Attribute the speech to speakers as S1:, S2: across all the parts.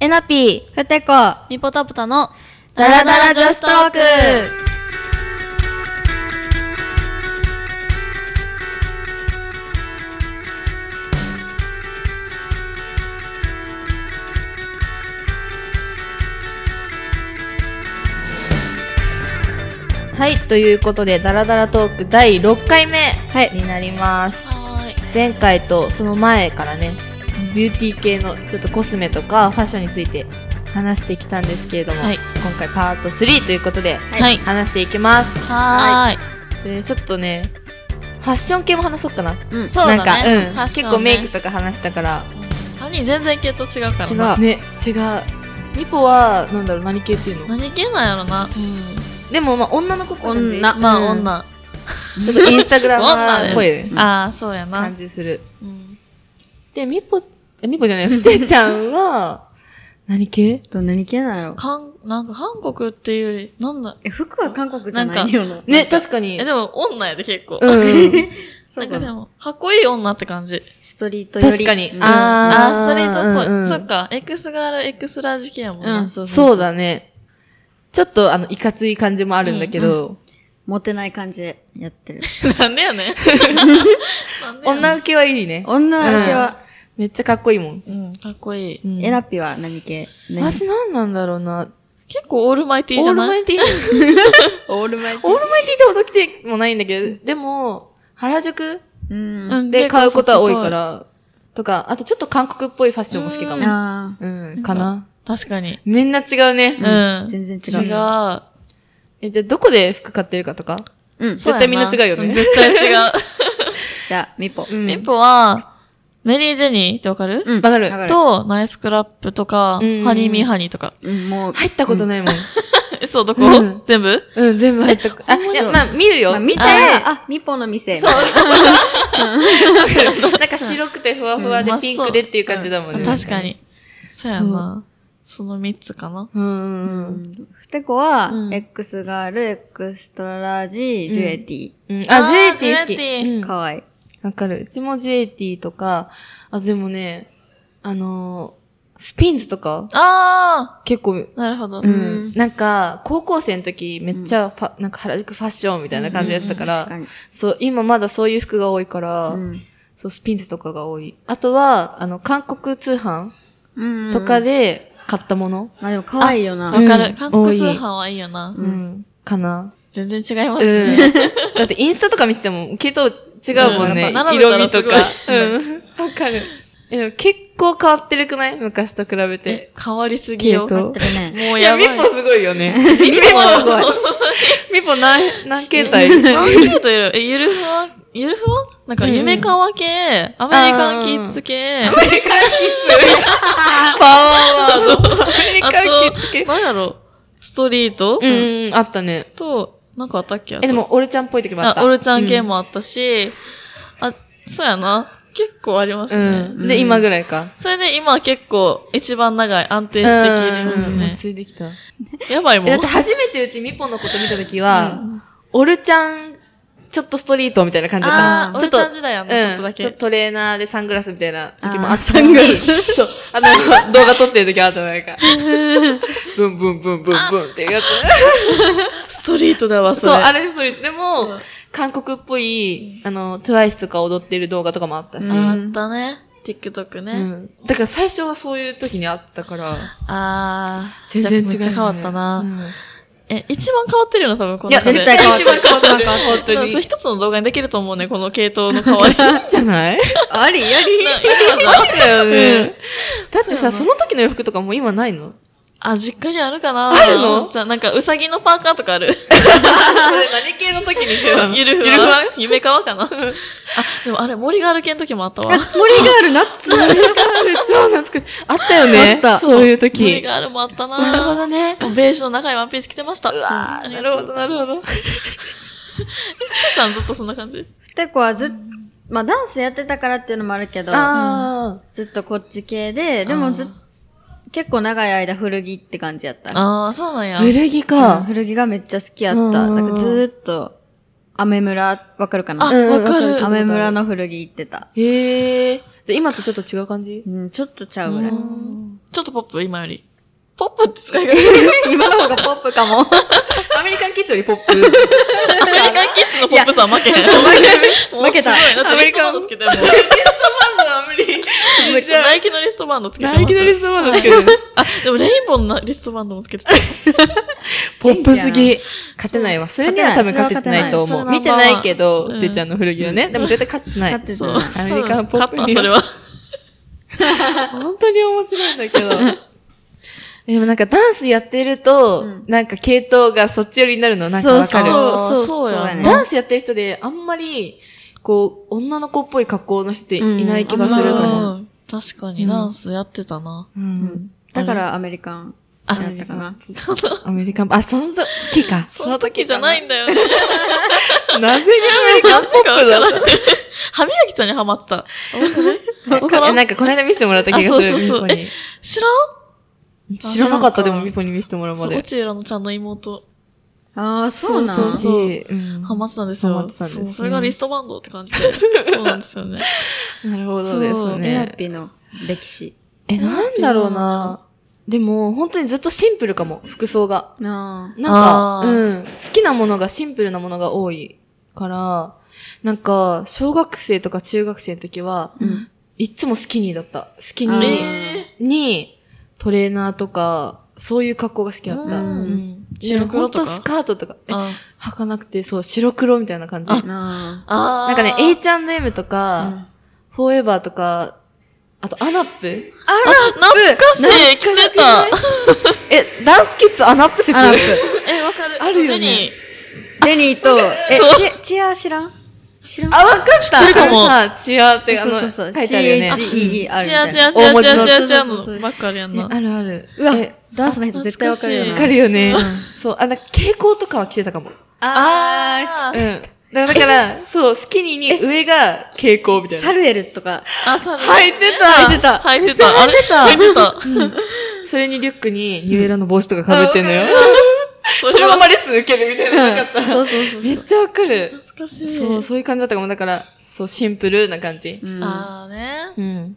S1: えなぴー、ふてこ、ダ
S2: ミポタプタの
S1: ラダラ女子トークはい、ということで、ダラダラトーク第6回目になります。
S2: は
S1: 前回とその前からねビューティー系のちょっとコスメとかファッションについて話してきたんですけれども、
S2: はい
S1: 今回パート3ということで
S2: いはい
S1: 話していきます、
S2: はーい
S1: でちょっとねファッション系も話そうかな、
S2: うんそう
S1: なんか、
S2: だね
S1: うん
S2: ファッシ
S1: 結
S2: ョンね
S1: 構メイクとか話したから
S2: 三人全然系統違うからな
S1: ね違うミポはなんだろう何系っていうの、
S2: 何系なんやろな
S1: うん、でもまあ女の子かなんで
S2: 女まあ
S1: うん
S2: 女
S1: ちょっとインスタグラマーっぽい
S2: 女ああそうやな
S1: 感じする
S2: うん
S1: でミポえミポじゃないふてちゃんは何系
S3: と何系なんやろ
S2: かんなんか韓国っていうよりなんだ
S3: え、服は韓国じゃないよな。
S1: ね確かに
S2: えでも女やで結構
S1: うん。
S2: なんかでもかっこいい女って感じ
S3: ストリートより。
S1: 確かに。
S3: うん
S2: あーストリートっぽい、
S1: うんうん
S2: そっか X ガール X ラージ系やもんな、
S3: うんそう
S1: そうだ
S3: だ
S1: ね。ちょっと、あの、いかつい感じもあるんだけど、
S3: モテない感じでやってる。
S2: なんでや ねんなんでやねん
S1: 女受けはいいね。
S3: 女受けは、
S1: めっちゃかっこいいもん。
S2: うんかっこいい、
S1: うん
S3: エラピは何系何
S1: わしなんなんだろうな。
S2: 結構オールマイティー
S1: オ
S2: じ
S1: ー
S2: ゃ
S1: ル
S2: ない
S1: マイティー、
S3: オールマイテ
S1: オールマイティーってほど来てもないんだけど、でも、原宿
S3: うん。
S2: うん
S1: で買うことは多いか。ら、とか、あとちょっと韓国っぽいファッションも好きかも。
S3: あ
S1: うん、かな。
S2: 確かに。
S1: みんな違うね
S2: う。ん
S3: あ。。全然違
S2: 違う。
S3: う。
S1: え、じゃあどこで服買ってるかとか
S3: うん。
S2: そうや
S1: 絶対みんな違うよね
S2: ん絶対違う。
S3: じゃあ、ミポ。
S1: うん
S2: ミポは、メリー・ジェニーってわかる
S3: うん
S1: わかる
S2: と、ナイスクラップとか、
S1: うん
S2: ハニー・ミー・ハニー とか。
S3: うん、もう。
S1: 入ったこと
S3: い。
S1: ないもん。
S2: えそう、どこ
S1: うん
S2: 全部
S1: うん、全部入ったこと。あ、いや、まあ見るよ。
S3: まあ見て、
S1: あ
S3: あ、ミポの店。
S1: そう。 なんか白くてふわふわで
S2: うん
S1: ピンクでっていう感じだもんね。
S2: 確かに。そうやな。その三つかな。
S1: う。
S3: うん
S1: うん。
S3: ん。ふてこは
S2: う、ん
S3: X ガール、X トララージ、ジュエティ。
S1: うんあ、
S2: あー
S1: ジュエティ好
S2: ジュエテ
S1: き。うん
S3: かわいい。
S1: わかる。うちもジュエティとか、あ、でもね、あのー、スピンズとか
S2: あ
S1: 結構、
S2: ーなるほど
S1: う。
S3: うん
S1: ん。なんか、高校生の時めっちゃファ、なんか原宿ファッションみたいな感じやってたか、
S3: 確からに。
S1: そう、今まだそういう服が多いから、そう、スピンズとかが多い。あとは、あの、韓国通販
S3: うん
S1: とか。で買ったもの
S3: まあでも可愛いよ
S1: あ
S3: な。
S2: わか
S1: う
S2: る。
S1: ん
S2: 韓国通
S1: 多い
S2: 販はいいよな
S1: う。ん。かな。
S2: 全然違います
S1: うん
S2: ね。。
S1: だってインスタとか見てても、系統違うもん
S2: う
S1: ね
S2: ん。並べた
S1: 色
S2: ら
S1: 味と
S2: すご
S1: か
S2: い。
S1: うん。わかる。え、でも結構変わってるくない昔と比べて
S2: え。、変わりすぎよ。
S1: 系
S2: も
S1: 統
S3: だってね。
S2: う
S1: いや、
S2: やば
S1: ミ
S2: い。
S1: ポすごいよね。
S2: ミポ
S3: すごい。
S1: ミポ何、何形態
S2: アンケートいる。え、ゆるふわ、ゆるふわなんか、
S1: うん
S2: 夢かわ系、アメリカンキッズ系、あ
S1: パワーワード。アメリカ着付け。
S2: と、なんやろ、ストリート
S1: うん、あったね。
S2: と、なんかあったっけ
S1: え、で、も、オルちゃんっぽい時もあ
S2: あ
S1: っ
S2: と
S1: た。
S2: あ、オルちゃん系
S1: うん。
S2: もあったし、あ、そうやな。結構あります
S1: う
S2: ね。
S1: ん。で、今ぐらいか。
S2: それで今は結構一番長い安定して聞いてます
S1: うん
S2: ね。
S1: ついてきた。
S2: やばいも
S1: えだ
S2: ん
S1: って。初めてうちミポのこと見たときは、オルちゃん、ちょっとストリートみたいな感じだ
S2: あ
S1: っ
S2: ー、
S1: た
S2: オ
S1: の。ちょ
S2: ル
S1: っと、
S2: ちゃん時代やんな、ちょっとだ
S1: うん、
S2: け。
S1: トレーナーでサングラスみたいな時もあったし
S3: あーサングラ
S1: そう。あの、動画撮ってる時あったなんか、ブンブンブンブンブンっていうやつ。
S2: ストリートだわ、そ
S1: そう、
S2: れ。
S1: あれストリート。で
S2: そ
S1: も
S2: う、
S1: 韓国っぽい、あの、TWICE とか踊ってる動画とかもあったし。
S2: あったね。TikTok ね。
S1: うんだから最初はそういう時にあったから、
S2: あー、
S1: 全然違う、ね。
S2: じゃあめっちゃ変わったな。
S1: うん
S2: え、一番変わってるよな、多分この
S1: いや、
S2: 中で
S1: 絶対変わった。
S2: 一番変わってる。
S1: わっ
S2: 多分それ一つの動画にできると思うね、この系統の変わり。
S1: いいんじゃない
S3: ありやり。
S1: そうだよね。だって
S2: そうや
S1: さ、
S2: な
S1: その時の洋服とかもう今ないの
S2: あ、実家にあるかな
S1: あるの
S2: じゃあ、なんか、うさぎのパーカーと かある。
S1: それ何系の時に着てた
S2: ゆるふわ。
S1: ゆるふわ
S2: 夢かわかな。あ、でもあれ、森が歩けん時もあった わ。
S3: 森ガール、ナッツ。
S1: 超懐かしい。あったよね。
S3: あった
S1: そういう
S2: 森
S1: 時。
S2: があるもあったな。
S1: なるほどね。
S2: もうベージュの長いワンピース着てました。う
S1: わあ、なるほど、なるほど。
S2: ちゃんずっとそんな感じ
S3: ふてこはずっ、まあダンスやってたからっていうのもあるけど、
S1: あ
S3: ずっとこっち系で、で
S2: あ
S3: も
S2: ー
S3: ずっ、結構長い間古着って感じやった。
S2: ああ、そうなんや。
S1: あ。古着
S3: うん
S1: か。
S3: 古着がめっちゃ好きやった。
S1: うん
S3: なんかずーっと、アメ村、わかるか
S2: あ、
S3: な
S1: うん
S2: わか
S1: わか
S2: る。
S1: る
S3: アメ村の古着行ってた。
S1: へえ。じゃあ今とちょっと違う感じ
S3: うん、ちょっとちゃうぐ
S2: う
S3: らい。
S2: んちょっとポップ、今より。ポップって使い方。
S3: 今の方がポップかも。
S1: アメリカンキッズよりポッ プ。
S2: アメリカンキッズのポップさは負けへん。 もう
S3: 負けた
S2: すごいだっ
S1: ア
S2: て
S1: メ
S2: リ
S1: リ
S2: ス
S1: カン
S2: トバンドつけてるもん。
S1: まず 無理。じゃあ
S2: ナイキのリストバンドつけてま
S1: ナ
S2: す。
S1: イキのリストバンドつけてる。
S2: あ、でもレインボーのリストバンドも つけてた。
S1: ポップすぎ。勝てないわ。それには多分勝ててないと思う。
S2: 勝てない
S1: 見てないけど、
S2: うん
S1: てっちゃんの古着はね。でも絶対勝ってない
S3: 勝。って
S2: そう。
S1: アメリカンポップ
S2: 勝った、それは。
S1: 本当に面白いんだけど。 でもなんかダンスやってると、
S3: うん
S1: なんか系統がそっち寄りになるのなんかわかる。
S3: そうそう
S2: そうや
S3: そうやね
S1: ダンスやってる人であんまり、こう、女の子っぽい格好の人っていない気
S3: う
S1: が
S3: ん
S1: するか
S3: あんま
S1: も。
S2: うん確か
S1: う
S2: に、
S1: ん
S2: ダンスやってたな。
S1: う
S3: うんん。だからアメリカンだったかな。
S1: アメリカン、あ、その時か。
S2: その時じゃないんだよね。
S1: なぜにアメリカンポップだった
S2: 歯磨きちゃんにハマってた。面白いわから
S1: え
S2: ん
S1: なんかこの間見せてもらった気がする。
S2: あそうそうそう
S1: ミポに
S2: 知らん
S1: 知らなかっ
S3: そ
S1: た、
S3: う
S1: で
S3: か
S1: もミポに見せてもらうま
S2: そう、
S1: で
S2: オ。チエラのちゃんの妹、
S3: ああ、そうなん
S2: そうそう
S1: うん
S2: ハマってたんですよ。
S1: ハマってたんですね
S2: そう、それがリストバンドって感じで。そうなんですよ ね。
S1: なるほどです
S3: エラ
S1: ね。
S3: ピの歴史。
S1: え、なんだろうな。でも、本当にずっとシンプルかも、服装が。
S3: な
S1: な
S2: あ
S1: んか、
S2: ー
S1: うん。好きなものがシンプルなものが多いから、なんか、小学生とか中学生の時は、
S3: あ。うん。
S1: いっつもスキニーだった。スキニ
S3: うん
S1: ー
S2: え
S1: に、トレーナーとか、そういう格好が好きだった。
S2: うん
S1: うん
S2: 白黒とか
S1: でほんスカートとか、え
S2: ー。あ
S1: 履かなくて、そう、白黒みたいな感じ。な
S3: な
S2: あー。
S1: んかね、H&M とか、
S3: あ。
S1: フォーエバーとか、あとアナップ
S2: 懐かしい着てた
S1: え、ダンスキッズアナップ説
S3: アナッ
S2: え、わかる
S1: あるよね
S2: ジェニー
S3: デニーと、え
S2: そう、
S3: チチア知らん知らん
S1: あ、わかった
S2: 知ってるかも
S1: あのさ、チアって、あ
S3: そう
S1: の、
S3: そうそう。
S1: 書いてあるよね。
S3: CHEER みたい
S2: 違
S3: な。
S2: う違う
S1: 大文字
S2: 違う
S1: の
S2: 違う違う違う
S3: そうそうそう
S2: のばっかりやん
S1: ね
S2: な。
S1: あるある。う
S3: わ
S1: え
S3: ダンスの人絶対わかるよな
S1: わかるよね。そう、あ、なんか蛍光とかは着てたかも。
S3: あ
S1: うん。だからだから、そう、スキニーに上が蛍光みた
S3: ー、
S1: い
S3: サ
S1: な。
S3: ルエルとか。
S2: あ、そうだ
S1: 履いてた
S2: 履いてた。履いてた。あれ履いてた。
S1: それにリュックにニューエラの帽子とか被ってんのよ。
S2: そ
S1: そ
S2: れ
S1: のま
S2: は
S1: まレッスン受けるみたいなのなかった。
S3: そうそうそう。
S1: めっちゃわかる。
S2: 懐かしい。
S1: そう、そういう感じだったかも。だから、そう、シンプルな感じ。
S3: うん
S2: あーね。
S1: うん。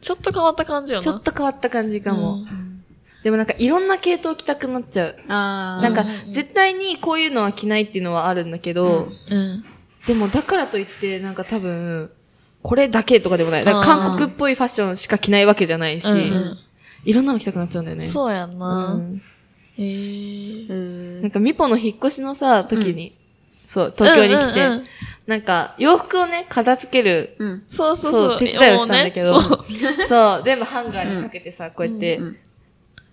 S2: ちょっと変わった感じよな。
S1: ちょっと変わった感じかも。
S2: うん
S1: でもなんかいろんな系統着たくなっちゃう。
S3: あー
S1: なんか
S2: うんうんうん
S1: 絶対にこういうのは着ないっていうのはあるんだけど、
S3: うん
S2: うん。
S1: でもだからといってなんか多分、これだけとかでもない。だから韓国っぽいファッションしか着ないわけじゃないし、
S2: うん
S1: いろんなの着たくなっちゃうんだよ
S2: う
S1: ね。
S2: んそうやん
S1: う
S2: な。
S1: ん
S2: へー。
S3: うん
S1: なんかミポの引っ越しのさ、時に、そう、東京に来て、
S2: うんうんうん
S1: なんか洋服をね、片付ける。
S3: うん。
S2: そうそうそ
S1: そう
S2: う。
S1: 手伝いをしたんだけど
S2: もうねそう
S1: そう、全部ハンガーにかけてさ、こうやって
S3: うんうん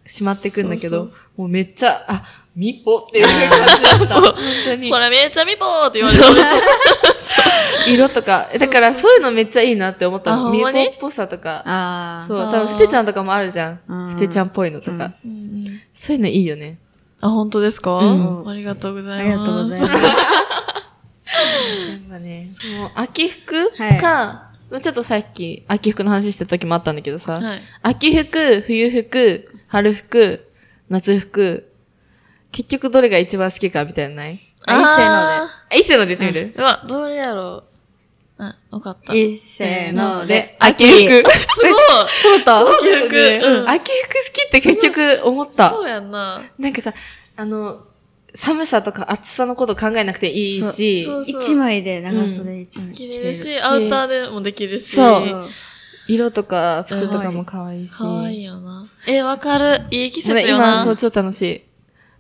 S1: しまってくんだけど、
S2: そうそ
S1: もうめっちゃ、あ、ミポっていう感じだった。
S2: そう
S1: 本当に
S2: こ。れめっちゃみぽーって言われた。
S1: 色とか、えだからそういうのめっちゃいいなって思った
S2: あ
S1: の。
S2: ほん
S1: ミポ
S2: ま
S1: っ
S2: に
S1: ぽさとか。
S3: ああ。
S1: そう、
S2: あー
S1: 多分、ふてちゃんとかもあるじゃ
S3: うん
S1: ん。ふてちゃんっぽいのと
S3: うん
S1: か。そういうのいいよね。
S2: あ、本当ですか
S1: う
S2: ありがとうござ
S3: あ
S2: い
S3: り
S2: ま
S3: が
S2: す。
S3: とうございます。
S1: なんかね、もう、秋服
S3: はい
S1: か、もうちょっとさっき、秋服の話した時もあったんだけどさ、
S2: はい。
S1: 秋服、冬服、春服、夏服、結局どれが一番好きかみたいなのない
S3: あ
S1: あ伊勢の出てみる
S2: うわ、どれやろう。うん、わかった。
S3: いせーので。
S1: 秋
S3: 服
S1: 服。
S2: すごい
S3: そうだった
S2: 秋服うん
S1: 秋服好きって結局思った。
S2: そうやんな。
S1: なんかさ、あの、寒さとか暑さのこと考えなくていいし、
S2: そうそう
S3: 一枚で長袖一枚。
S2: 着れる
S3: 着
S2: し、アウターでもできるし。
S1: そ
S3: れる。そう
S1: 色とか服とかも可愛いし。
S2: かわいいよな。え、わかる。いい季
S1: ま
S2: 節
S1: だ
S2: よ
S1: 今、
S2: な。
S1: そう、超楽しい。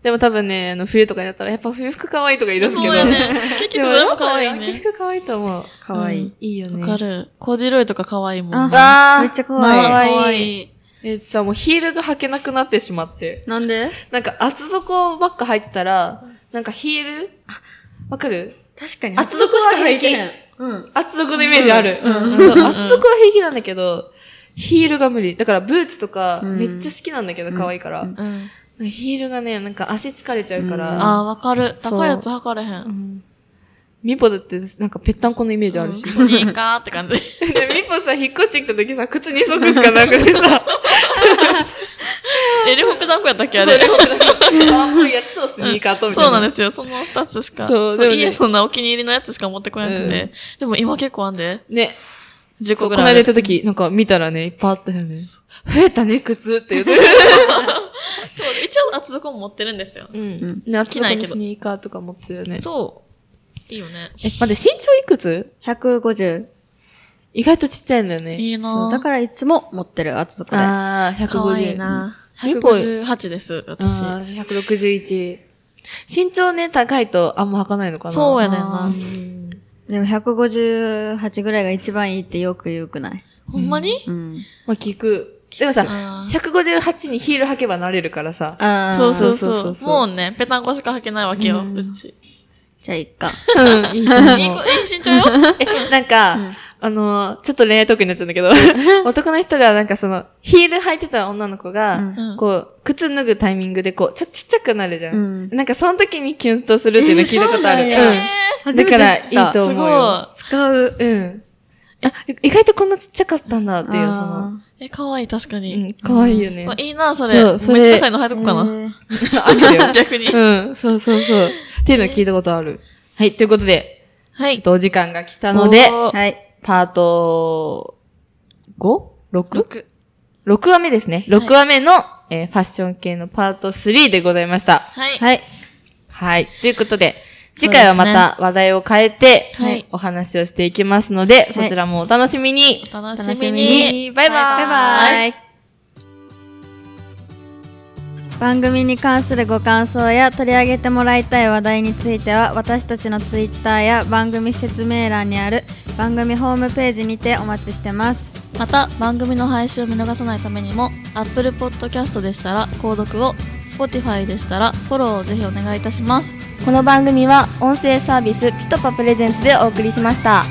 S1: でも多分ね、あの、冬とかになったら、やっぱ冬服可愛いとか言い出すけ
S2: そ
S1: ど。
S2: うやね。結
S1: で
S2: 局
S1: も、
S2: どれもかわいい
S1: やっぱ秋
S2: ね。
S1: 服可愛いと思う。
S3: かわいい。
S1: いいよね。
S2: わかる。コーディロイとかかわいいもん。
S3: あ
S2: な
S1: わー
S3: めっちゃか
S2: か
S3: わいい。
S2: わいい。
S1: えっとさ、もうヒールが履けなくなってしまって。
S3: なんで
S1: なんか厚底ばっか履いてたら、なんかヒールわかる
S3: 確かに。
S1: 厚底しか履いてへん
S3: うん。
S1: 厚底のイメージある。
S3: うん
S1: うん
S2: うん
S1: そう厚底は平気なんだけど、ヒールが無理。だからブーツとか、
S3: うん
S1: めっちゃ好きなんだけど、
S3: うん
S1: 可愛いから。
S3: うん
S2: うん。
S1: なんかヒールがね、なんか足疲れちゃうか
S3: うん
S1: ら。
S2: あー、わかる。
S1: そう
S2: 高いやつ測れ
S1: う
S2: へ。
S1: んんミポだって、なんかぺったんこのイメージあるし。
S2: うんいいかーっ て感じ。
S1: で、ミポさ、引っ越してきた時さ、靴2足しかなくてさ、
S2: え、両方ペタンコやったっ
S1: そ
S2: けあ
S1: れ
S2: れ。
S1: を なんか、やつとスニーカーとみたいな。
S2: そうなんですよ。その二つしか。
S1: そう
S2: そう
S1: でもね
S2: 家そんなお気に入りのやつしか持ってこなくて。でも今結構あんで。
S1: ね。
S2: 10
S1: そ
S2: 個
S1: うこ
S2: ぐ
S1: の
S2: ら
S1: 間
S2: い
S1: 行
S2: あ
S1: った
S2: る。
S1: 時、なんか見たらね、いっぱいあったよね。増えたね、靴って言って。
S2: そうで、一応厚底も持ってるんですよ。
S1: う
S3: うん
S1: ん。夏の
S2: ない
S1: ス
S2: けど
S1: ニーカーとか持ってるよね。
S2: そう。いいよね。
S1: え、待って、身長いくつ
S3: 150。
S1: 意外とちっちゃいんだよね。
S2: いい
S3: そ
S2: な
S3: う、だからいつも持ってる、厚底で。
S1: あー、150。
S2: かわいいな
S1: うん猫
S2: 158です、私。
S1: あー161。身長ね、高いとあんま履かないのかな
S2: そうやねん
S3: あ
S2: な。
S1: うん
S3: でも158ぐらいが一番いいってよく言うくない
S2: ほんまに
S3: うん。
S1: まあ聞く。でもさ、
S2: あー
S1: 158にヒール履けばなれるからさ。
S3: ああ。
S2: そうそう
S1: そうそ
S2: そうう。
S1: そう
S2: もうね、ペタンコしか履けないわけよ、
S1: うん
S2: うち。
S3: じゃあ、いっか。
S1: うん、いいと
S2: い
S1: 思う
S2: い子、いい身長よ。
S1: え、なんか、
S3: うん
S1: あのー、ちょっと恋愛トークになっちゃうんだけ ど、男の人がなんかその、ヒール履いてた女の子が、
S2: うん
S1: こう、靴脱ぐタイミングでこう、ちょ、ちっちゃくなるじゃん。
S3: うん
S1: なんかその時にキュンとするっていうの聞いたことある。
S3: え
S2: え
S3: そ
S1: うん初
S3: うなんや
S1: めて知っただからいいと
S2: ー
S1: 思
S2: す
S1: うよ
S2: ご
S3: 使う。
S1: うん。あ、意外とこんなちっちゃかったんだっていう、その、
S2: い。え、かわいい、確か
S1: う
S2: に。
S1: ん、かわいいよね。
S2: まあいいな、
S1: そ
S2: そ
S1: う
S2: れ。
S1: それ
S2: めっちゃ高いの履いとこうかな。
S3: えー
S1: あるよ
S2: 逆に。
S1: うん、そうそうそう。っていうのを聞いたことある。はい、ということで、
S2: は
S1: ちょっ
S2: い。
S1: とお時間が来たので、
S2: おー
S3: はい。
S1: パート 5?6?6
S2: 6。
S1: 話目ですね。6話目の、えーファッション系のパート3でございました。
S2: はい。
S3: はい。
S1: はい。ということで、次回はまた話題を変えて、
S2: はい
S1: お話をしていきますので、
S3: はい
S1: そちらもお楽しみに。
S2: お楽
S3: 楽
S2: し
S3: しみ
S2: み
S3: に
S2: に。
S1: バイバー
S3: バイバイ。番組に関するご感想や取り上げてもらいたい話題については私たちのツイッターや番組説明欄にある番組ホームページにてお待ちしてます
S2: また番組の配信を見逃さないためにも Apple Podcast でしたら購読を Spotify でしたらフォローをぜひお願いいたします
S4: この番組は音声サービスピトパプレゼンツでお送りしました